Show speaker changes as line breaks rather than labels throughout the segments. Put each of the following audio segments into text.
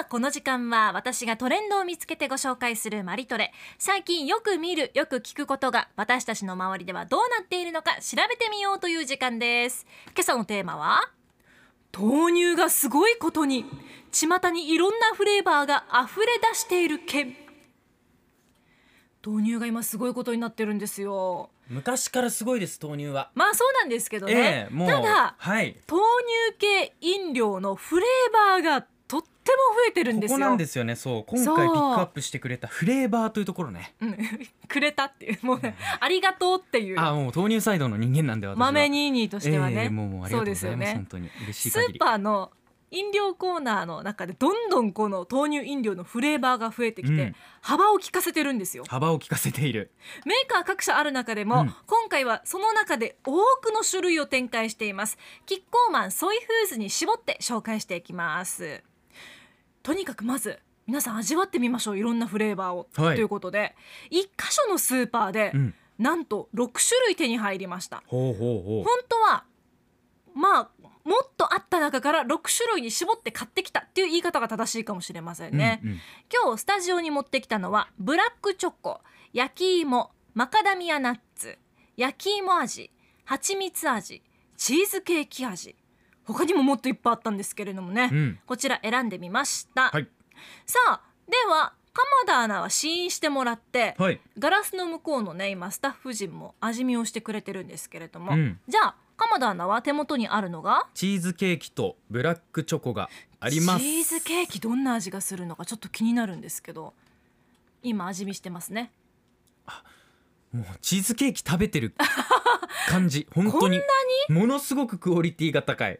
あこの時間は私がトレンドを見つけてご紹介するマリトレ最近よく見るよく聞くことが私たちの周りではどうなっているのか調べてみようという時間です今朝のテーマは豆乳がすごいことに巷にいろんなフレーバーが溢れ出している件豆乳が今すごいことになってるんですよ
昔からすごいです豆乳は。
まあそうなんですけどね、
ええもう
ただ
はい
豆乳系飲料のフレーバーがとっても増えてるん
こ
ですよ
こなんですよねそう今
そう
回ピックアップしてくれたフレーバーというところね
うん、 くれたっていうもうねありがとうっていう
あもう豆乳サイドの人間なんで私は
マメニーニーとしては
え
ね、
えもうもうあり
そ
がと
う
うご
です
ざい
よ
ます本
ね
当に嬉しい
ス
限
ー
り
パーの飲料コーナーの中でどんどんこの豆乳飲料のフレーバーが増えてきて、
うん
幅を利かせてるんですよ
幅を利かせている
メーカー各社ある中でも、
うん
今回はその中で多くの種類を展開していますキッコーマンソイフーズに絞って紹介していきますとにかくまず皆さん味わってみましょういろんなフレーバーを、
はい
ということで一箇所のスーパーで、
うん
なんと6種類手に入りました
ほうほうほ
本当はまあもっとあった中から6種類に絞って買ってきたっていう言い方が正しいかもしれませんね、
うんうん
今日スタジオに持ってきたのはブラックチョコ焼き芋マカダミアナッツ焼き芋味蜂蜜味チーズケーキ味他にももっといっぱいあったんですけれどもね、
うん
こちら選んでみました、
はい
さあでは鎌田アナは試飲してもらって、
はい
ガラスの向こうのね今スタッフ陣も味見をしてくれてるんですけれども、
うん
じゃあ鎌田アナは手元にあるのが
チーズケーキとブラックチョコがあります
チーズケーキどんな味がするのかちょっと気になるんですけど今味見してますね
もうチーズケーキ食べてる感 じ本当にものすごくクオリティが高い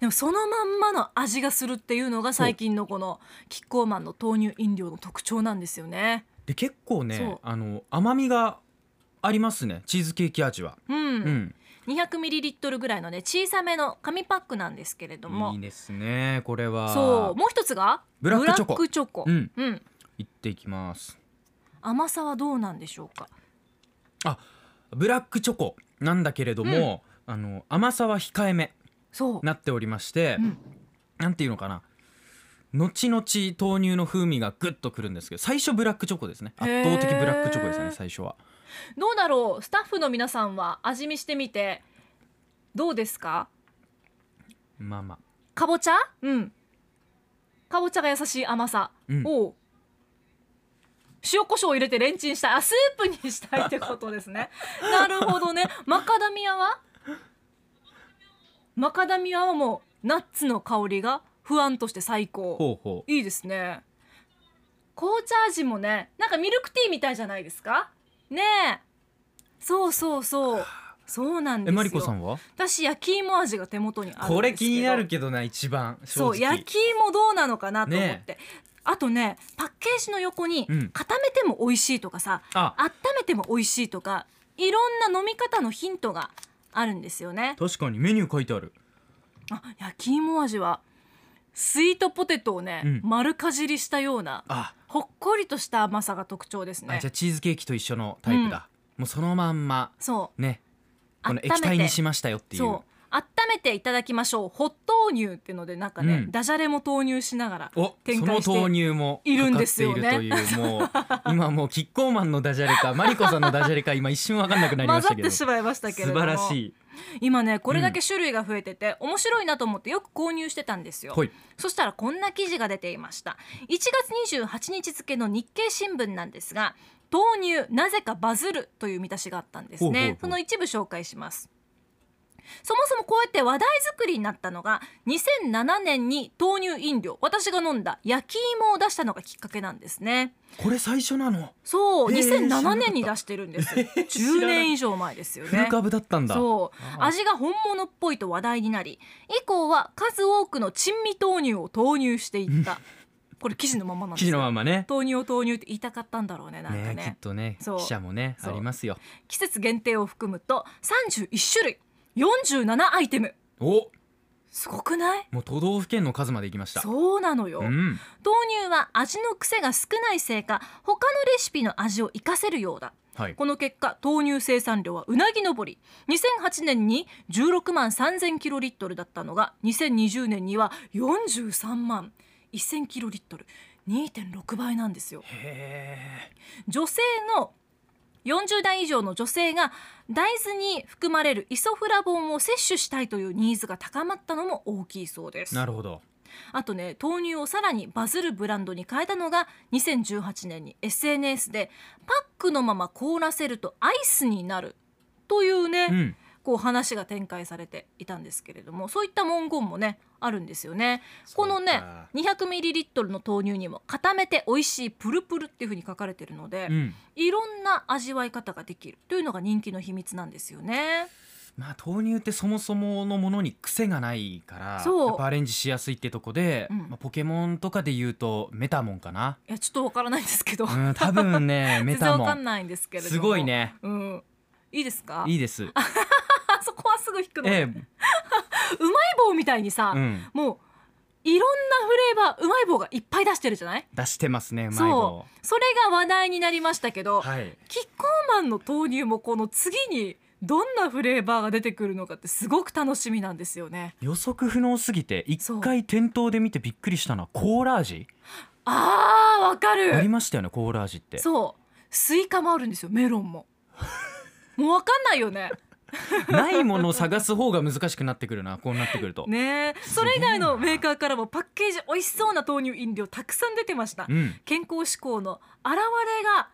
でもそのまんまの味がするっていうのが最近のこのキッコーマンの豆乳飲料の特徴なんですよね
で結
そ
構
う
ねあの甘みがありますねチーズケーキ味は
うん、
うん、
200ml ぐらいのね小さめの紙パックなんですけれども
いいですねこれは
そうもう一つが
ブラックチョコ
ブラックチョコ
うん
うん、
行っていきます
甘さはどうなんでしょうか
ブラックチョコなんだけれども、あの甘さは控えめ
そう
なっておりまして、
うん
なんていうのかな後々豆乳の風味がグッとくるんですけど最初ブラックチョコですね
へ
圧
ー
倒的ブラックチョコですね最初は
どうだろうスタッフの皆さんは味見してみてどうですか
まあまあ
かぼちゃうんかぼちゃが優しい甘さ
うん
を、塩コショウを入れてレンチンしたいあスープにしたいってことですねなるほどねマカダミアはマカダミアはもうナッツの香りが不安として最高
ほうほう
いいですね紅茶味もねなんかミルクティーみたいじゃないですかねえそうそうそうそうなんで
え
すよ
マリコさんは
私焼き芋味が手元にあるんですけど
これ気になるけどな一番正直
そう焼き芋どうなのかなと思って、
ね
あとねパッケージの横に
うん
固めても美味しいとかさ、
あ
温めても美味しいとかいろんな飲み方のヒントがあるんですよね
確かにメニュー書いてある
あ焼き芋味はスイートポテトをね、
うん
丸かじりしたような
あ
ほっこりとした甘さが特徴ですね
あじゃあチーズケーキと一緒のタイプだ、もうそのまんま
そう
ねこ
温
の
めて
液体にしましたよっていう
そう温めていただきましょうホット豆乳っていうのでなんかね、
うん
ダジャレも投入しながら
お
展
そ
開
の
して
豆乳も
いるんですよね
かかっているという もう今もうキッコーマンのダジャレかマリコさんのダジャレか今一瞬分かんなくなり
混
まし
ざ
た
っ
けど
てしまいましたけれど
素
も
晴らしい
今ねこれだけ種類が増えてて、面白いなと思ってよく購入してたんですよ、
ほい
そしたらこんな記事が出ていました1月28日付の日経新聞なんですが豆乳なぜかバズるという見出しがあったんですね
ほうほうほう
その一部紹介しますそもそもこうやって話題作りになったのが2007年に豆乳飲料私が飲んだ焼き芋を出したのがきっかけなんですね
これ最初な の、
そう
へえ
2007年に出してるんです
知
10
らなかった
年以上前ですよね
古株だったんだ
そう
あー
味が本物っぽいと話題になり以降は数多くの珍味豆乳を投入してい ったこれ記事のままなんで
記
す
事の
よ
まんまね
豆乳を豆乳って言いたかったんだろうねなんかね
ねきっとね
そう
記者もね
そう
ありますよ
季節限定を含むと31種類47アイテム
お
すごくない
もう都道府県の数まで行きました
そうなのよ、
うん
豆乳は味の癖が少ないせいか他のレシピの味を活かせるようだ
はい
この結果豆乳生産量はうなぎ登り2008年に16万3000キロリットルだったのが2020年には43万1000キロリットル2.6倍なんですよ
へ
女性の40代以上の女性が大豆に含まれるイソフラボンを摂取したいというニーズが高まったのも大きいそうです
えなるほど
あとね豆乳をさらにバズるブランドに変えたのが2018年に SNS でパックのまま凍らせるとアイスになるというね、
うん
こう話が展開されていたんですけれどもそういった文言もねあるんですよねこの
そう
ね
か
200ml の豆乳にも固めて美味しいプルプルっていう風に書かれてるので、
うん
いろんな味わい方ができるというのが人気の秘密なんですよね
まあ豆乳ってそもそものものに癖がないから
そう
やっぱアレンジしやすいってとこで、
うん
まあ、ポケモンとかで言うとメタモン かな、
いやちょっとわからないんですけど、
うん、多分ねメ
全然
タ
わ
モ
かん
ン
ないんですけれども
すごいね
うんいいですか
いいです
あそこはすぐ引くの、
え
うまい棒みたいにさ、
え、うん、
もういろんなフレーバーうまい棒がいっぱい出してるじゃない
出してますねうまい棒
そうそれが話題になりましたけど、
はい
キッコーマンの豆乳もこの次にどんなフレーバーが出てくるのかってすごく楽しみなんですよね
予測不能すぎて
そう
一回店頭で見てびっくりしたのはコーラ味
あーわか
あり
る
ましたよねコーラ味って
そうスイカもあるんですよメロン ももうわかんないよね
ないものを探す方が難しくなってくるなこうなってくると、
ねえそれ以外のメーカーからもパッケージ美味しそうな豆乳飲料たくさん出てました
うん
健康志向の現れが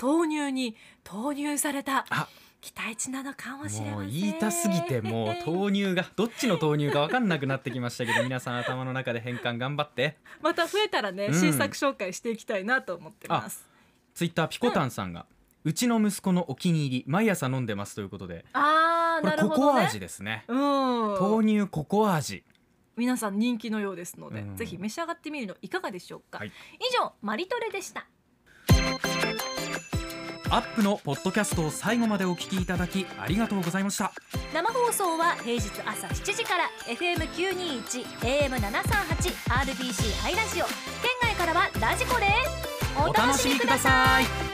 豆乳に投入された
あ
期待値なのかもしれ
も
ま
う
せん
言いたすぎて もう豆乳がどっちの豆乳か分かんなくなってきましたけど皆さん頭の中で変換頑張って
また増えたらね、
うん
新作紹介していきたいなと思ってます
ツイッターピコタンさんが、うちの息子のお気に入り毎朝飲んでますということで
ああー
こ
な
れ
るほ
ココ
ど
ア
ね
味ですね
うん、
豆乳ココア味
皆さん人気のようですので、
うん
ぜひ召し上がってみるのいかがでしょうか、
はい
以上マリトレでした
アップのポッドキャストを最後までお聞きいただきありがとうございました
生放送は平日朝7時から FM921 AM738 RBC ハイラジオ県外からはラジコでお楽しみください
さい